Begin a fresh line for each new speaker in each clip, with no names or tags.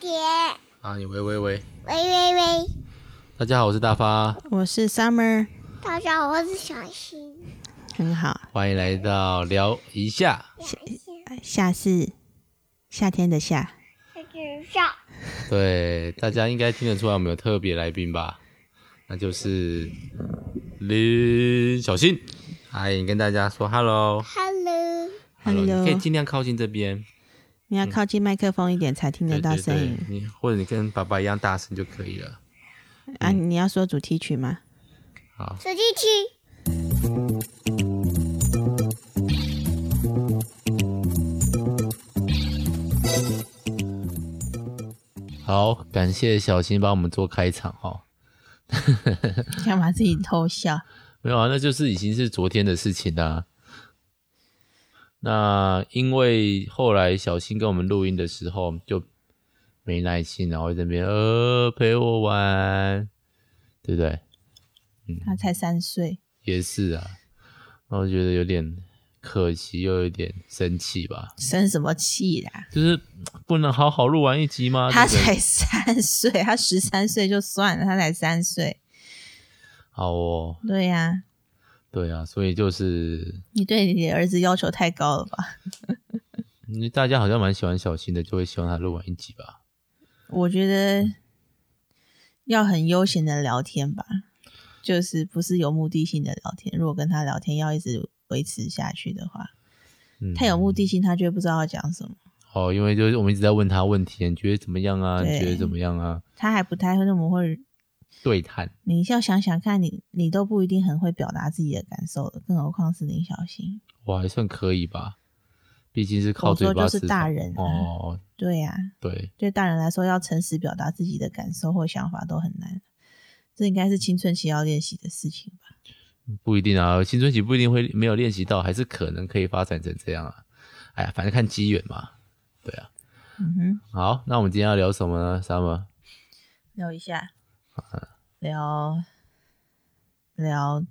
姐，
啊，你喂喂喂，
喂喂喂，
大家好，我是大发，
我是 Summer，
大家好，我是小新。
很好。
欢迎来到聊一下。
哎夏是夏天的夏，
我是上
对，大家应该听得出来我们有特别来宾吧？那就是林小新，嗨，你跟大家说 hello。
，Hello，
Hello
你可以尽量靠近这边，
你要靠近麦克风一点才听得
对
到
对
声音
对，你或者你跟爸爸一样大声就可以了。
啊！你要说主题曲吗？
好，
手机区。
好，感谢小新帮我们做开场哦。
干嘛自己偷笑？
没有啊，那就是已经是昨天的事情啦、那因为后来小新跟我们录音的时候就没耐心，然后在那边呃陪我玩，对不对？
他才三岁，
也是啊，然后觉得有点可惜，又有点生气吧，
生什么气啦？
就是不能好好录完一集吗？
他
啊对不对
才三岁，他十三岁就算了，他才三岁。
好哦，
对呀、
对啊，所以就是
你对你的儿子要求太高了吧？
因为嗯大家好像蛮喜欢小新的，就会希望他录完一集吧。
我觉得要很悠闲的聊天吧，就是不是有目的性的聊天。如果跟他聊天要一直维持下去的话，
嗯，
太有目的性，他就会不知道要讲什么。
哦，因为就是我们一直在问他问题，你觉得怎么样啊？你
对
觉得怎么样啊？
他还不太会那么会，
对谈，
你要想想看你，你都不一定很会表达自己的感受了，更何况是林小新。
我还算可以吧，毕竟是靠
我说
嘴巴
就是
吃饭。
大人啊
哦，
对呀、
对，
对大人来说，要诚实表达自己的感受或想法都很难，这应该是青春期要练习的事情吧？
不一定啊，青春期不一定会没有练习到，还是可能可以发展成这样啊。哎呀，反正看机缘嘛。对啊，
嗯哼，
好，那我们今天要聊什么呢？Summer，
聊一下，聊聊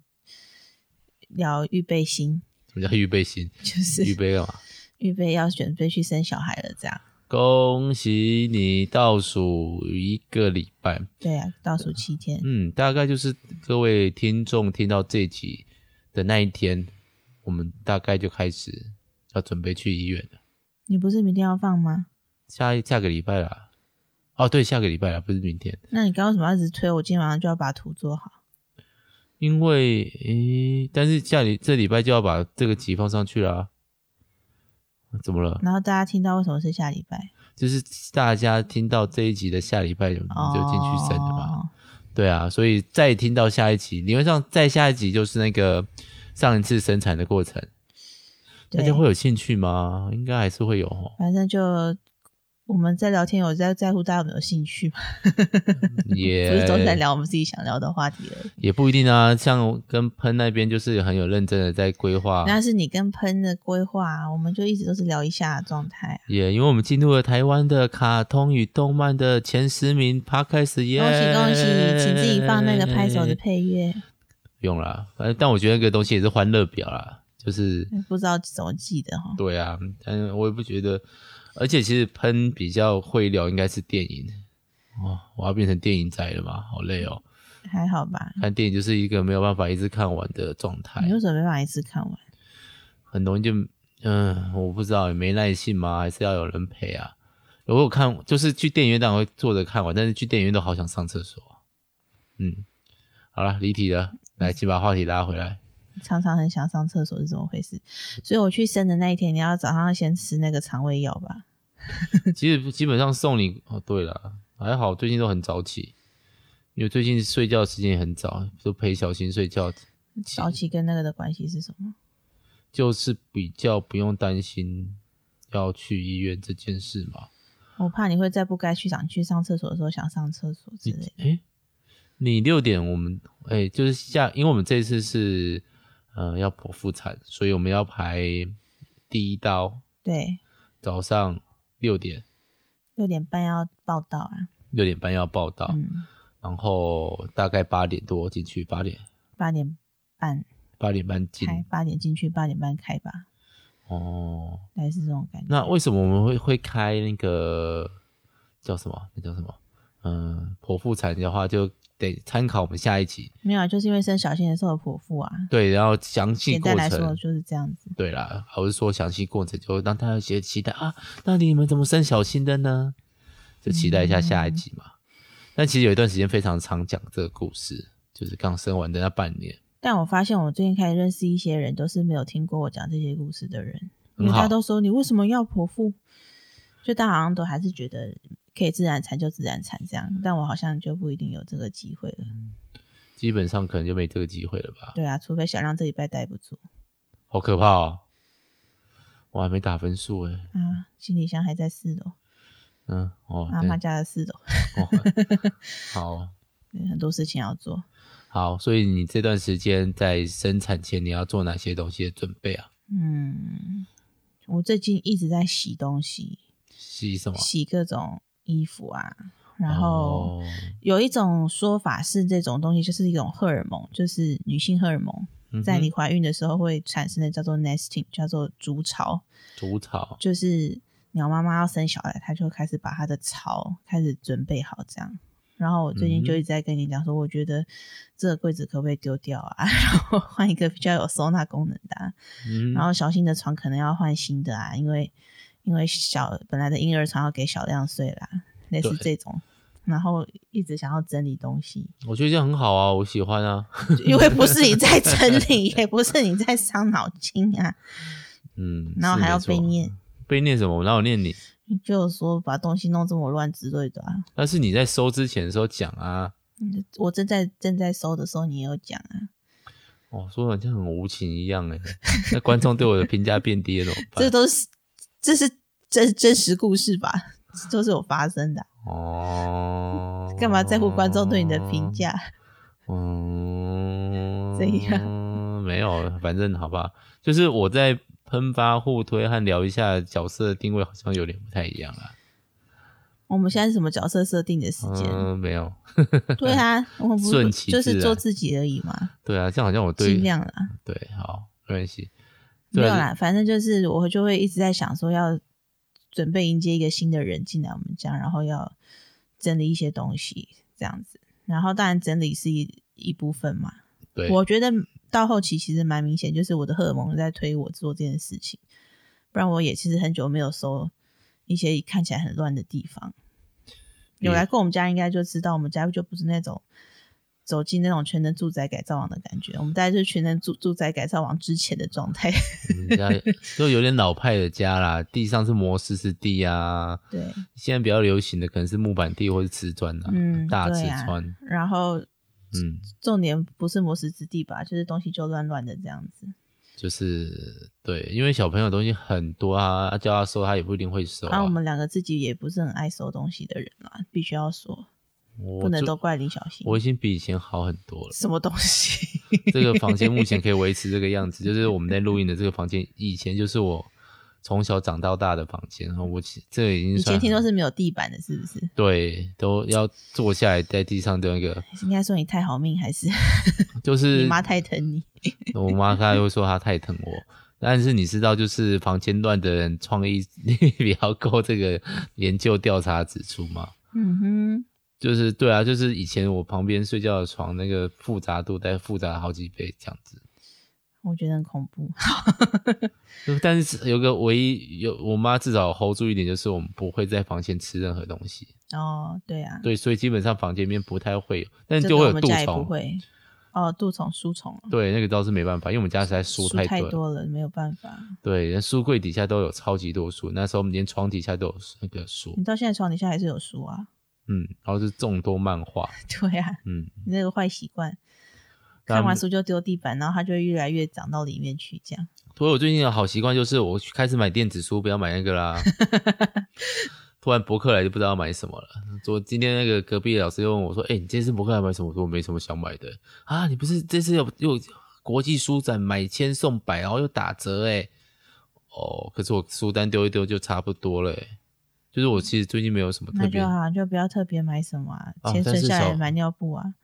聊预备心，
什么叫预备 心？
就是
嗯预备干嘛？
预备要准备去生小孩了，这样。
恭喜你倒数一个礼拜，
对呀、倒数七天，
嗯，大概就是各位听众听到这集的那一天，我们大概就开始要准备去医院了。
你不是明天要放吗？
下下个礼拜啦，哦，对，下个礼拜啦，不是明天，
那你刚刚为什么要一直催我？今天晚上就要把图做好。
因为诶，但是下礼这礼拜就要把这个集放上去啦。怎么了？
然后大家听到为什么是下礼拜？
就是大家听到这一集的下礼拜，你们
哦，
就进去生了嘛。对啊，所以再听到下一集，理论上再下一集就是那个上一次生产的过程。大
对
家，会有兴趣吗？应该还是会有哦。
反正就我们在聊天，有在在乎大家有没有兴 趣嘛？
也
不是都在聊我们自己想聊的话题而已。
也不一定啊。像跟喷那边就是很有认真的在规划，
那是你跟喷的规划啊，我们就一直都是聊一下的状态啊。
也因为我们进入了台湾的卡通与动漫的前十名 podcast，耶！
恭喜恭喜，请自己放那个拍手的配乐。
不用啦，反正但我觉得那个东西也是欢乐表啦，就是
不知道怎么记得哈，
对啊，但我也不觉得，而且其实喷比较会聊应该是电影。哦，我要变成电影宅了嘛，好累哦！
还好吧？
看电影就是一个没有办法一直看完的状态。
你为什么没把一次看完？
很容易就，嗯，我不知道，也没耐性吗？还是要有人陪啊？我有看，就是去电影院当然会坐着看完，但是去电影院都好想上厕所。啊嗯，好了，离题了，来，请把话题拉回来。
常常很想上厕所是怎么回事？所以我去生的那一天，你要早上先吃那个肠胃药吧。
其实基本上送你，哦，对了，还好最近都很早起，因为最近睡觉的时间也很早，都陪小新睡觉，
早起跟那个的关系是什么？
就是比较不用担心要去医院这件事嘛。
我怕你会在不该去想去上厕所的时候想上厕所之类的。
诶，你六点我们诶，就是下，因为我们这次是呃要剖腹产，所以我们要排第一刀
对，
早上六点
六点半要报到啊。
六点半要报到，
嗯，
然后大概八点多进去，八点
八点半
八点半进
开，八点进去，八点半开吧，
哦。
类似这种感觉。
那为什么我们会会开那个叫什么？那叫什么？嗯，剖腹产的话就得参考我们下一集
没有啊，就是因为生小新的时候有剖腹啊。
对，然后详细
简
过
单来说
程。
就是这样子。
对啦，我是说详细过程，就让大家有些期待啊。到底你们怎么生小新的呢？就期待一下下一集嘛。但其实有一段时间非常常讲这个故事，就是刚生完的那半年，
但我发现我最近开始认识一些人，都是没有听过我讲这些故事的人，
很
因为
好
他都说你为什么要剖腹？就大家好像都还是觉得可以自然产就自然产这样，但我好像就不一定有这个机会了。
基本上可能就没这个机会了吧。
对啊，除非小亮这礼拜待不住
好可怕哦！我还没打分数哎，
啊，行李箱还在四楼，
嗯哦，
妈
对
妈家的四楼，
哦好
对很多事情要做。
好，所以你这段时间在生产前你要做哪些东西的准备啊？
嗯，我最近一直在洗东西，
洗什么？
洗各种衣服啊，然后。
哦
有一种说法是，这种东西就是一种荷尔蒙，就是女性荷尔蒙，
嗯哼
在你怀孕的时候会产生的叫做 nesting，叫做筑巢，
煮草
就是鸟妈妈要生小孩，她就开始把她的巢开始准备好这样。然后我最近就
嗯
一直在跟你讲说，我觉得这个柜子可不可以丢掉啊？ 然后换一个比较有收纳功能的啊、
嗯
然后小新的床可能要换新的啊，因为因为小本来的婴儿床要给小亮睡啦，类似
对
这种。然后一直想要整理东西，
我觉得这样很好啊，我喜欢啊。
因为不是你在整理，也不是你在伤脑筋啊。
嗯，
然后
是
还要
没错
被念，
被念什么？我哪有念你？
你就说把东西弄这么乱之类的啊。
但是你在收之前的时候讲啊，
我正在正在收的时候，你也有讲啊，
哦，说的像很无情一样哎，那观众对我的评价变低了怎么
这
办？
都是这是真真实故事吧？都是有发生的啊、
哦，
干嘛在乎观众对你的评？价？
嗯，
怎
没有，反正好吧，就是我在喷发、互推和聊一下角色的定位，好像有点不太一样啊。
我们现在是什么角色设定的时间？
嗯，没有，
对啊，我们不
顺
是
其
就
自
是
然
做自己而已嘛，
对啊，这样好像我对
尽量啦，
对好没关系，
没
对
有
啊
啦，反正就是我就会一直在想说要准备迎接一个新的人进来我们家，然后要整理一些东西这样子，然后当然整理是一一部分嘛，
对，
我觉得到后期其实蛮明显，就是我的荷尔蒙在推我做这件事情，不然我也其实很久没有收一些看起来很乱的地方。
嗯
有来过我们家应该就知道，我们家就不是那种走进那种全能住宅改造网的感觉，我们大概就是全能住住宅改造网之前的状态。
我们家就有 点老派的家啦，地上是磨石子地啊，
对，
现在比较流行的可能是木板地或是瓷砖啊，
嗯
大瓷
对啊
砖，
然后
嗯，
重点不是磨石之地吧，就是东西就乱乱的这样子。
就是对，因为小朋友东西很多啊，叫他收他也不一定会收啊
然后、啊我们两个自己也不是很爱收东西的人啊，必须要说，
我
不能
就
都怪林小新。
我已经比以前好很多了。
什么东西？
这个房间目前可以维持这个样子，就是我们在录音的这个房间，以前就是我从小长到大的房间，然后我其这已经
以
算
前听说是没有地板的，是不是？
对，都要坐下来在地上的那个，
应该说你太好命，还是
就
你
是
妈太疼你？
我妈她会说她太疼我，但是你知道，就是房间乱的人创意 比较够，这个研究调查指出吗？
嗯
就是对啊，就是以前我旁边睡觉的床那个复杂度，大概复杂好几倍这样子。
哼，我觉得很恐怖。
就但是有个唯一有我妈至少 hold 住一点，就是我们不会在房间吃任何东西，
哦，对啊，
对，所以基本上房间里面不太会有，但
这
就
个
会
我
有
们
蠹
家也不
虫，
会。哦，蠹虫、书虫，
对，那个倒是没办法，因为我们家实在书
太
太多了，
多了，没有办法。
对，连书柜底下都有超级多书，那时候我们连床底下都有那个书
你，到现在床底下还是有书啊？
嗯，然后是众多漫画，
对啊，
嗯，
你那个坏习惯，
那
看完书就丢地板，然后它就会越来越长到里面去，这样。
所以我最近的好习惯就是我去开始买电子书，不要买那个 啦。突然博客来就不知道要买什么了。昨今天那个隔壁的老师又问我说：“哎、你这次博客来买什么？”我说：“我没什么想买的啊。”你不是这次有又国际书展买千送百，然后又打折哎、哦，可是我书单丢一丢就差不多了、欸。就是我其实最近没有什么特
那
别
就好，就不要特别买什么啊，
哦
钱
但
存
是
下
小
来买尿布啊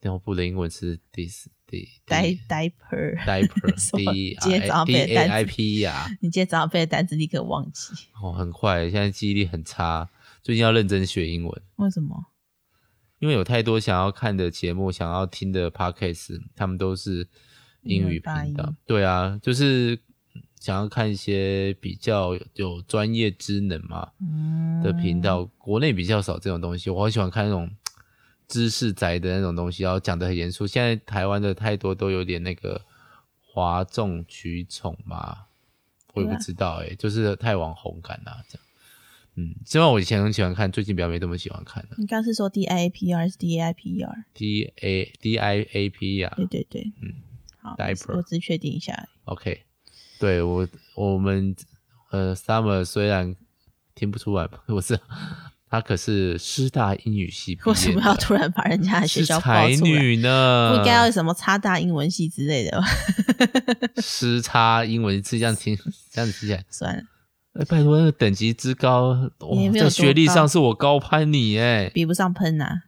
尿布的英文是 dis d
，di diaper。什 么啊
diaper
今天
d i
早上
d
背
a
的单词
i p 呀、
你今天早上背的单词立刻忘记。
哦，很快，现在记忆力很差。最近要认真学英文，
为什么？
因为有太多想要看的节目、想要听的 podcast，他们都是英语频
英文发
道
音。
对啊，就是想要看一些比较有专业知能嘛
嗯
的频，道，国内比较少这种东西。我好喜欢看那种知识宅的那种东西，然后讲的很严肃。现在台湾的太多都有点那个哗众取宠嘛，我也
对
不
啊
知道哎、就是太网红感啦、这样。嗯，虽然我以前很喜欢看，最近比较没这么喜欢看了。
你刚是说 D I A P E R 还是 D A I P E R？
D A D I A P 呀、
对对对，
嗯，
好，
Diaper
我只是确定一下。
o k 对我我们呃，Summer 虽然听不出来， 我是她可是师大英语系毕业的，
为什么要突然把人家的学
是
校爆
才
出来？
女呃呢？
不应 该要有什么差大英文系之类的吧？
师差英文字这样听，这样子听起来，
算了，
哎，拜托那个等级之高，哇
也，没有
在
多
学历
高
上是我高攀你哎。
比不上喷呐、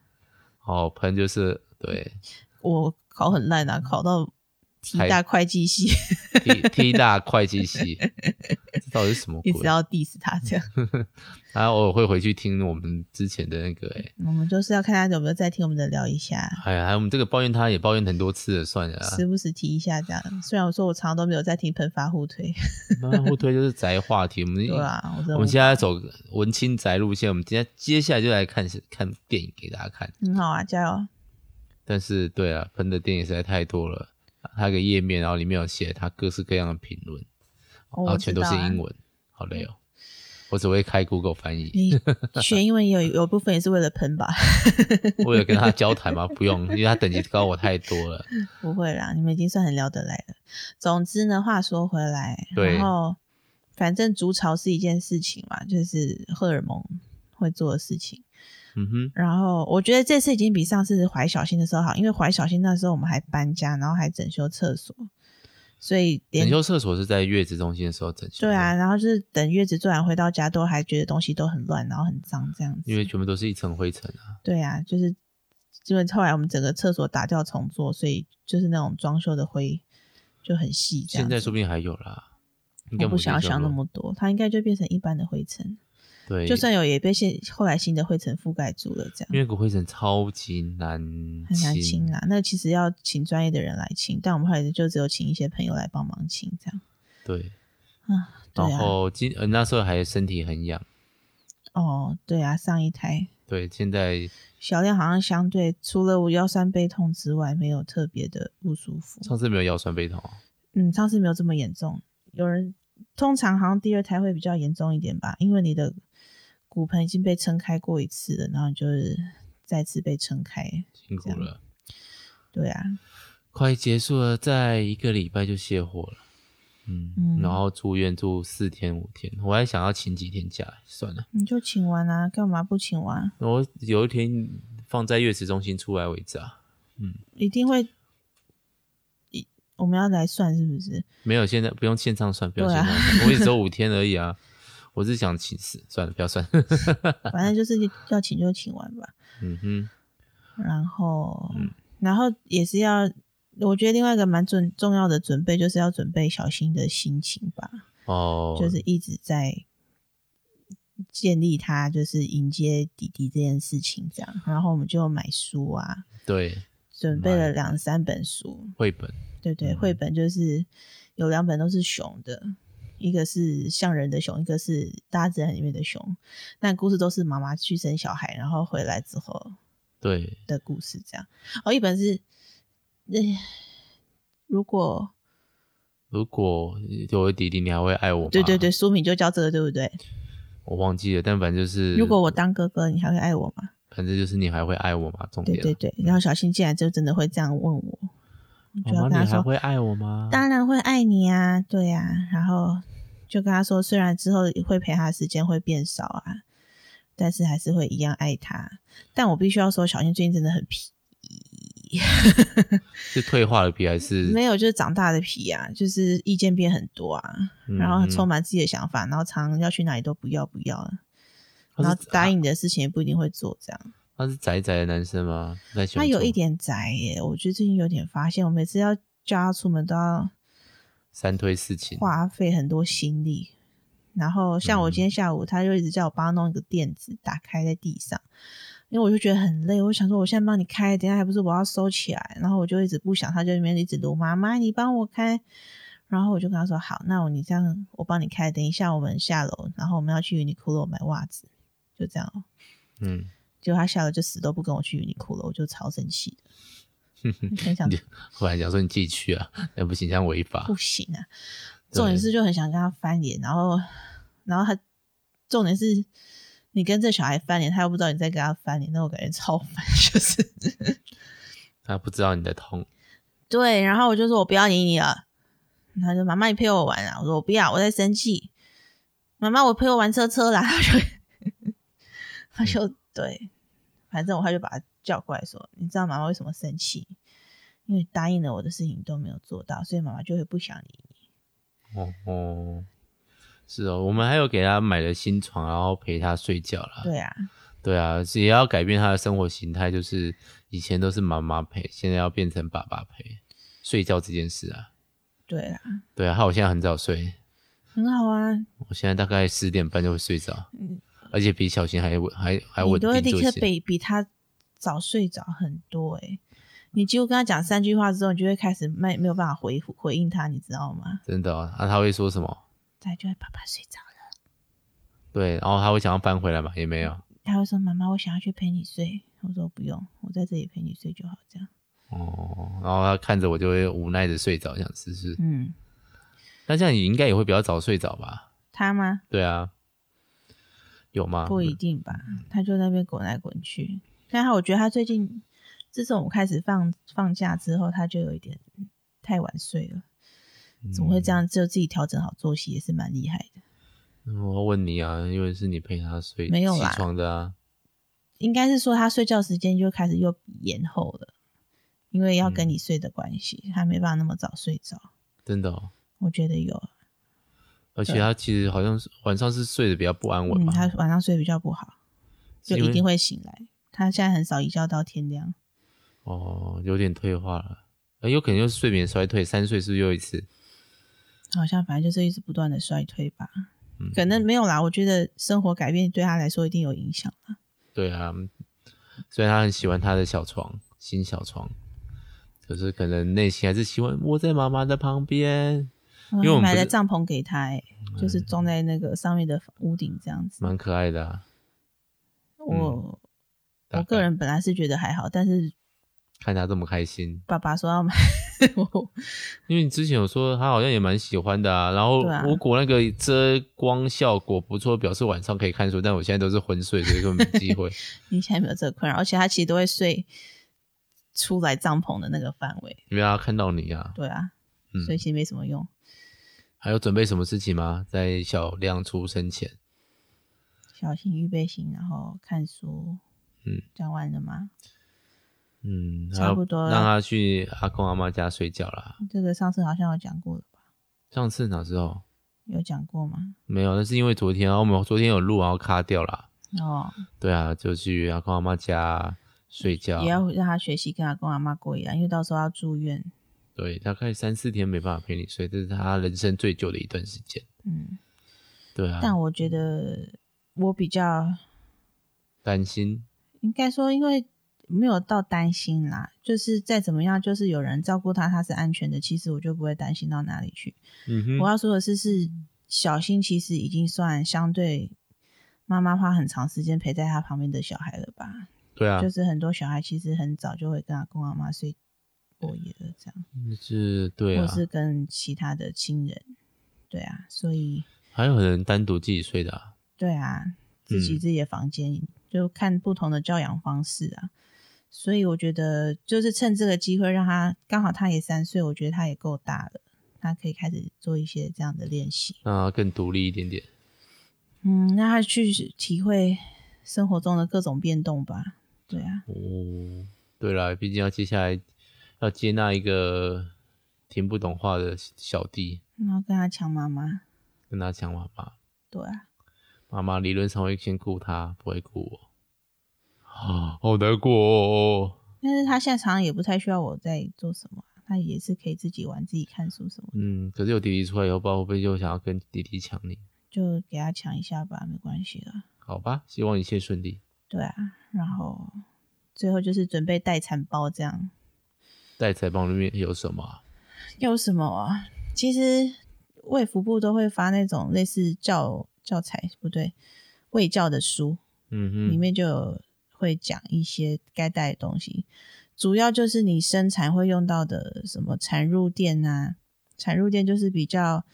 哦，喷就是 对
我考很烂啊，考到提
还
大会计系，
T T 大会计系，这到底是什么
一
鬼？
直要 diss 他这样。
然后我会回去听我们之前的那个哎。
我们就是要看他有没有再听我们的聊一下，
哎呀，我们这个抱怨他也抱怨很多次了，算了、啊
时。不时提一下这样。虽然我说我常常都没有在听喷发互推，
那互推就是宅话题，我 们
对啊，我真的
我们现在走文青宅路线，我们今天接下来就来看看电影给大家看。
很好啊，加油！
但是对啊，喷的电影实在太多了，它有个页面，然后里面有写它各式各样的评论，
哦
然后
我
全
知
都
道
是
啊
英文，好累哦。我只会开 Google 翻 译，
你学英文也有有部分也是为了喷吧？
为了跟他交谈吗？不用，因为他等级高我太多了。
不会啦，你们已经算很聊得来了。总之呢，话说回来，
对
然后反正筑巢是一件事情嘛，就是荷尔蒙会做的事情。
嗯哼，
然后我觉得这次已经比上次怀小新的时候好，因为怀小新那时候我们还搬家，然后还整修厕所，所以
整
连
修厕所是在月子中心的时候整修，
对啊，，然后就是等月子做完回到家都还觉得东西都很乱，然后很脏这样子。
因为全部都是一层灰尘啊。
对啊，就是因为后来我们整个厕所打掉重做，所以就是那种装修的灰就很细这
现
样子。
在说不定还有啦，应该
我不想要
记错
想那
了
么多，它应该就变成一般的灰尘，
对，
就算有也被现后来新的灰尘覆盖住了，这样
因为骨灰尘超级难清，
很难清啊。那其实要请专业的人来清，但我们后来就只有请一些朋友来帮忙清，这样
对，
啊，对
然
啊，
后今呃那时候还身体很痒，
哦，对啊，上一台
对，现在
小亮好像相对除了我腰酸背痛之外，没有特别的不舒服。
上次没有腰酸背痛哦，
嗯，上次没有这么严重。有人通常好像第二胎会比较严重一点吧，因为你的骨盆已经被撑开过一次了，然后你就是再次被撑开。
辛苦
这样
了，
对啊，
快结束了，在一个礼拜就卸货了，嗯，
嗯
然后住院住四天五天，我还想要请几天假，算了，
你就请完啊，干嘛不请完？
我有一天放在月子中心出来为止啊，
一定会，一我们要来算是不是？
没有，现在不用线上算，不用
对
线
啊
上算，我也只有五天而已啊，我只是想请死，算了，不要算，
反正就是要请就请完吧。
嗯哼，
然后，然后也是要，我觉得另外一个蛮准重要的准备就是要准备小新的心情吧。
哦，
就是一直在建立他就是迎接弟弟这件事情，这样。然后我们就买书啊，
对，
准备了两三本书，
绘本，
对不对，
嗯
绘本就是有两本都是熊的，一个是像人的熊，一个是大自然里面的熊。那故事都是妈妈去生小孩，然后回来之后
对，
的故事，这样。哦，一本是，呃，如果
如果有了弟弟，你还会爱我吗？
对对对，，书名就叫这个，对不对？
我忘记了，但反正就是，
如果我当哥哥，你还会爱我吗？
反正就是你还会爱我吗？重
对
点啊，
对对，然后小新竟然就真的会这样问我，我就要
妈妈
跟他
哦你还
说，
会爱我吗？
当然会爱你啊，对啊，然后就跟他说，虽然之后会陪他的时间会变少啊，但是还是会一样爱他。但我必须要说，小新最近真的很皮，
是退化了皮还是？
没有就是长大的皮啊，就是意见变很多啊，
嗯
然后很充满自己的想法，然后常常要去哪里都不要不要了。
他
然
是
后答应你的事情也不一定会做，这样。
他是宅宅的男生吗？不太喜欢
他有
做
一点宅耶，我觉得最近有点发现，我每次要叫他出门都要
三推四请，
花费很多心力，然后像我今天下午，他就一直叫我帮他弄一个垫子，打开在地上，因为我就觉得很累，我想说我现在帮你开，等一下还不是我要收起来，然后我就一直不想，他就在那边一直撸妈妈，你帮我开，然后我就跟他说好，那我你这样我帮你开，等一下我们下楼，然后我们要去 Uniqlo 买袜子，就这样哦。
嗯，
结果他下楼就死都不跟我去 Uniqlo，我就超生气的，很想
你后来讲说你自己去啊，那不行，这样违法
不。行啊。重点是就很想跟他翻脸，然后，然后他重点是你跟这小孩翻脸，他又不知道你在跟他翻脸，那我感觉超烦， 就是
他不知道你的痛，
对。然后我就说我不要理你了，然后他就妈妈你陪我玩啊，我说我不要，我在生气。妈妈我陪我玩车车啦， 他就他就对，反正我他就把他叫过来说，你知道妈妈为什么生气？因为答应了我的事情都没有做到，所以妈妈就会不想理你。
哦哦，是哦，我们还有给他买了新床，然后陪他睡觉啦。
对啊，
对啊，是也要改变他的生活形态，就是以前都是妈妈陪，现在要变成爸爸陪睡觉这件事啊。
对啦，
对啊，害我现在很早睡，
很好啊，
我现在大概十点半就会睡着，
嗯
而且比小新还稳还还
你
稳
都会
定作
立刻
息。
比比他早睡着很多诶、你几乎跟他讲三句话之后，你就会开始没没有办法回复回应他，你知道吗？
真的哦，啊，他会说什么？
再就会爸爸睡着了，
对，然后他会想要搬回来吗？也没有。
他会说妈妈，我想要去陪你睡。我说不用，我在这里陪你睡就好，这样。
哦，然后他看着我就会无奈的睡着，这样子是不是。
嗯，
那这样你应该也会比较早睡着吧？
他吗？
对啊，有吗？
不一定吧，他就那边滚来滚去。但他我觉得他最近，自从我开始放放假之后，他就有一点太晚睡了。怎么会这样？只有自己调整好作息也是蛮厉害的。
嗯？我要问你啊，因为是你陪他睡，
没有
起
啦
床的啊。
应该是说他睡觉时间就开始又延后了，因为要
嗯
跟你睡的关系，他没办法那么早睡着。
真的、哦，
我觉得有，
而且
对
他其实好像是晚上是睡得比较不安稳
嗯，
吧？
他晚上睡比较不好，
啊是
就
因为
一定会醒来。他现在很少一觉到天亮，
哦，有点退化了，呃有可能就是睡眠衰退，三岁是不是又一次？
好像反正就是一直不断的衰退吧。
嗯，
可能没有啦，我觉得生活改变对他来说一定有影响啦。
对啊，虽然他很喜欢他的小床，新小床，可是可能内心还是希望窝在妈妈的旁边，
因
为我们
买
不
了
是嗯
帐篷给他、欸，就是装在那个上面的屋顶这样子。
蛮可爱的、啊。
我
嗯大
我
概
个人本来是觉得还好，但是
看他这么开心，
爸爸说要买， 我
因为你之前有说他好像也蛮喜欢的啊。然后
对啊
如果那个遮光效果不错，表示晚上可以看书，但我现在都是昏睡，所以根本没机 会。
你现在没有这个困扰，而且他其实都会睡出来帐篷的那个范围，
因为他看到你啊，
对啊，
嗯
所以其实没什么用。
还有准备什么事情吗？在小亮出生前，
小心预备心，然后看书，
嗯，
讲完了吗？
嗯，
差不
还
多了
有让他去阿公阿妈家睡觉啦。
这个上次好像有讲过了吧？
上次哪时候
有讲过吗？
没有？那是因为昨天，然后我们昨天有录，然后卡掉啦。
哦，
对啊，就去阿公阿妈家睡觉
也。要让他学习跟阿公阿妈过一啊样，因为到时候要住院，
对，大概三四天没办法陪你睡，这是他人生最久的一段时间。
嗯。
对啊，
但我觉得我比较
担心
应该说，因为没有到担心啦，就是再怎么样，就是有人照顾他，他是安全的，其实我就不会担心到哪里去。
嗯哼
我要说的是，是小新其实已经算相对妈妈花很长时间陪在他旁边的小孩了吧？
对啊，
就是很多小孩其实很早就会跟阿公阿妈睡过夜了，这样，
是，嗯对啊
或，是跟其他的亲人，对啊，所以
还有人单独自己睡的、啊，
对啊，自己
嗯
自己的房间、就看不同的教养方式啊。所以我觉得，就是趁这个机会让他刚好他也三岁，我觉得他也够大了，他可以开始做一些这样的练习。
让他更独立一点点。
嗯，让他去体会生活中的各种变动吧。对啊，
哦，对啦，毕竟要接下来要接纳一个听不懂话的小弟，
然后跟他抢妈妈。
跟他讲妈妈，
对啊，
妈妈理论上会先顾他，不会顾我。啊， 好难过哦。
但是他现在常常也不太需要我在做什么，他也是可以自己玩、自己看书什么的，
嗯，可是有弟弟出来以后，不知道会不会又想要跟弟弟抢你？
就给他抢一下吧，没关系啦。
好吧，希望一切顺利。
对啊，然后最后就是准备待产包这样。
待采访里面有什么啊、
有什么啊？其实卫福部都会发那种类似教教材不对，卫教的书，
嗯哼，
里面就有会讲一些该带的东西，主要就是你生产会用到的什么产褥垫啊，产褥垫就是比较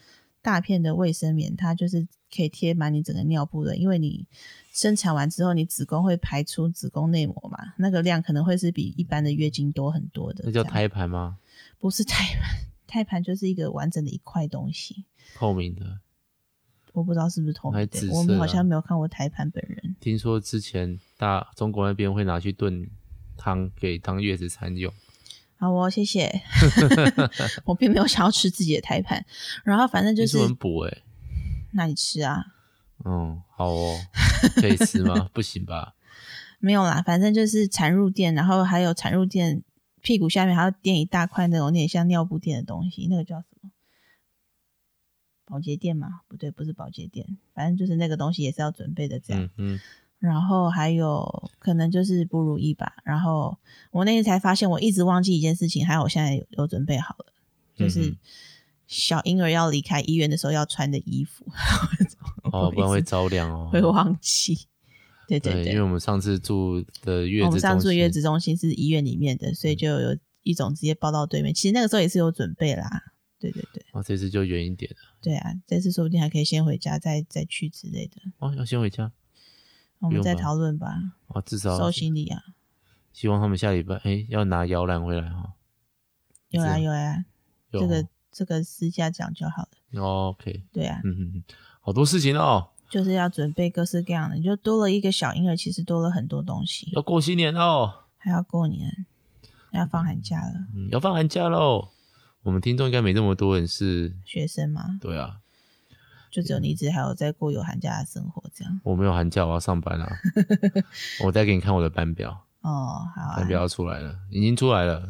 大片的卫生棉，它就是可以贴满你整个尿布的，因为你生产完之后，你子宫会排出子宫内膜嘛，那个量可能会是比一般的月经多很多的。
那叫
这样
胎盘吗？
不是胎盘，胎盘就是一个完整的一块东西，
透明的。
我不知道是不是透
还
明的
紫，
我
色
们
的
好
啊
像没有看过胎盘本人。
听说之前大中国那边会拿去炖汤给当月子餐用。
好哦，谢谢。我并没有想要吃自己的胎盘，然后反正就
听
是
说很补哎、
那你吃啊，
嗯，好 哦，可以吃吗？不行吧？
没有啦，反正就是产褥垫，然后还有产褥垫屁股下面还要垫一大块那种有点像尿布垫的东西，那个叫什么？保洁垫吗？不对，不是保洁垫，反正就是那个东西也是要准备的这样。
嗯嗯，
然后还有可能就是不如意吧。然后我那天才发现，我一直忘记一件事情，还好我现在有有准备好了，就
嗯
是
哼
小婴儿要离开医院的时候要穿的衣服。
哦，不然
我
会
一直
着凉哦。
会忘记。对
对，因
对，
为我们上次住的月子中心，嗯
我们上次月子中心是医院里面的，所以就有一种直接抱到对面。其实那个时候也是有准备啦。对对对，
哦，这次就远一点了。
对啊，这次说不定还可以先回家再再去之类的，
哦，要先回家。不
我们
用
再
吧
讨论吧。
哦，至少
收行李啊，
希望他们下礼拜哎要拿摇篮回来哈、
有啊
是
有啊，
有
这个这个私下讲就好了。
哦 OK，
对啊，
嗯嗯，嗯好多事情哦，
就是要准备各式各样的，你就多了一个小婴儿，其实多了很多东西，
要过新年哦，
还要过年，还要放寒假了，
嗯，要放寒假喽。我们听众应该没那么多人是，
学生嘛，
对啊，
就只有
嗯
你一直还有在过有寒假的生活这样。
我没有寒假，我要上班 啊。我再给你看我的班表，
哦，好啊
班，表要出来了，已经出来了。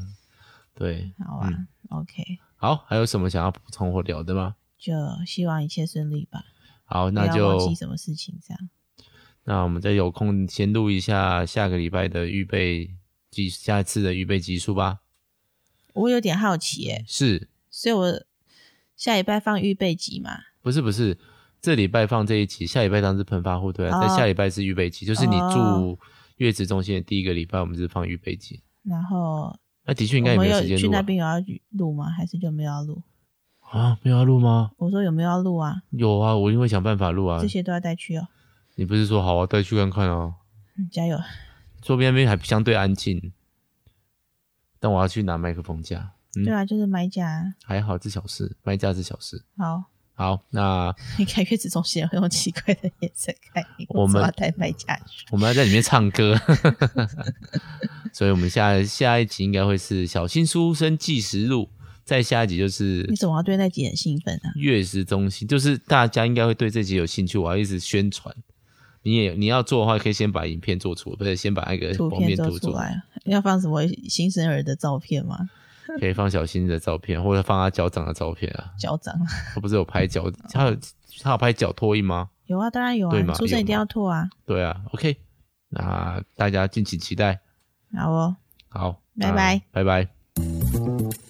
对，
好啊、o
嗯
k
好，还有什么想要补充或聊的吗？
就希望一切顺利吧，
好，
不
那
要忘
就
记什么事情这样。
那我们再有空先录一下下个礼拜的预备集，下次的预备集数吧。
我有点好奇耶，
是
所以我下礼拜放预备集嘛，
不是不是？这礼拜放这一期，下礼拜当是喷发户对啊，在
哦
下礼拜是预备期，就是你
哦
住月子中心的第一个礼拜，我们是放预备期。
然后
那的确
我
应该也没
们
有
有
时间
去
录
那
啊
边有要录吗？还是就没有要录？
啊，没有要录吗？
我说有没有要录啊？
有啊，我一定会想办法录啊
这。些都要带去哦，
你不是说好啊，带去看看啊？
嗯加油！
周边那边还相对安静，但我要去拿麦克风架。嗯
对啊，就是买假啊，
还好是小事，卖架是小事。
好。
好，那
你看月子中心人会用奇怪的眼神看你，
我们
只好带买家去。
我们要在里面唱歌， 所以我们下下一集应该会是《小新书生纪实录》，再下一集就是
你怎么要对那集很兴奋啊？
月食中心，就是大家应该会对这集有兴趣，我要一直宣传。你也你要做的话，可以先把影片做出，不是先把那个
图
封
片
面
做
图
出
做，
来啊，要放什么新生儿的照片吗？
可以放小新的照片，或者放他脚掌的照片啊。
脚掌啊
他不是有拍脚，他有他有拍脚脱印吗？
有啊，当然有啊，
对
你
嘛
出生一定要吐啊。
对啊，OK，那大家敬请期待。
好哦，
好，
拜
那
拜，
拜拜。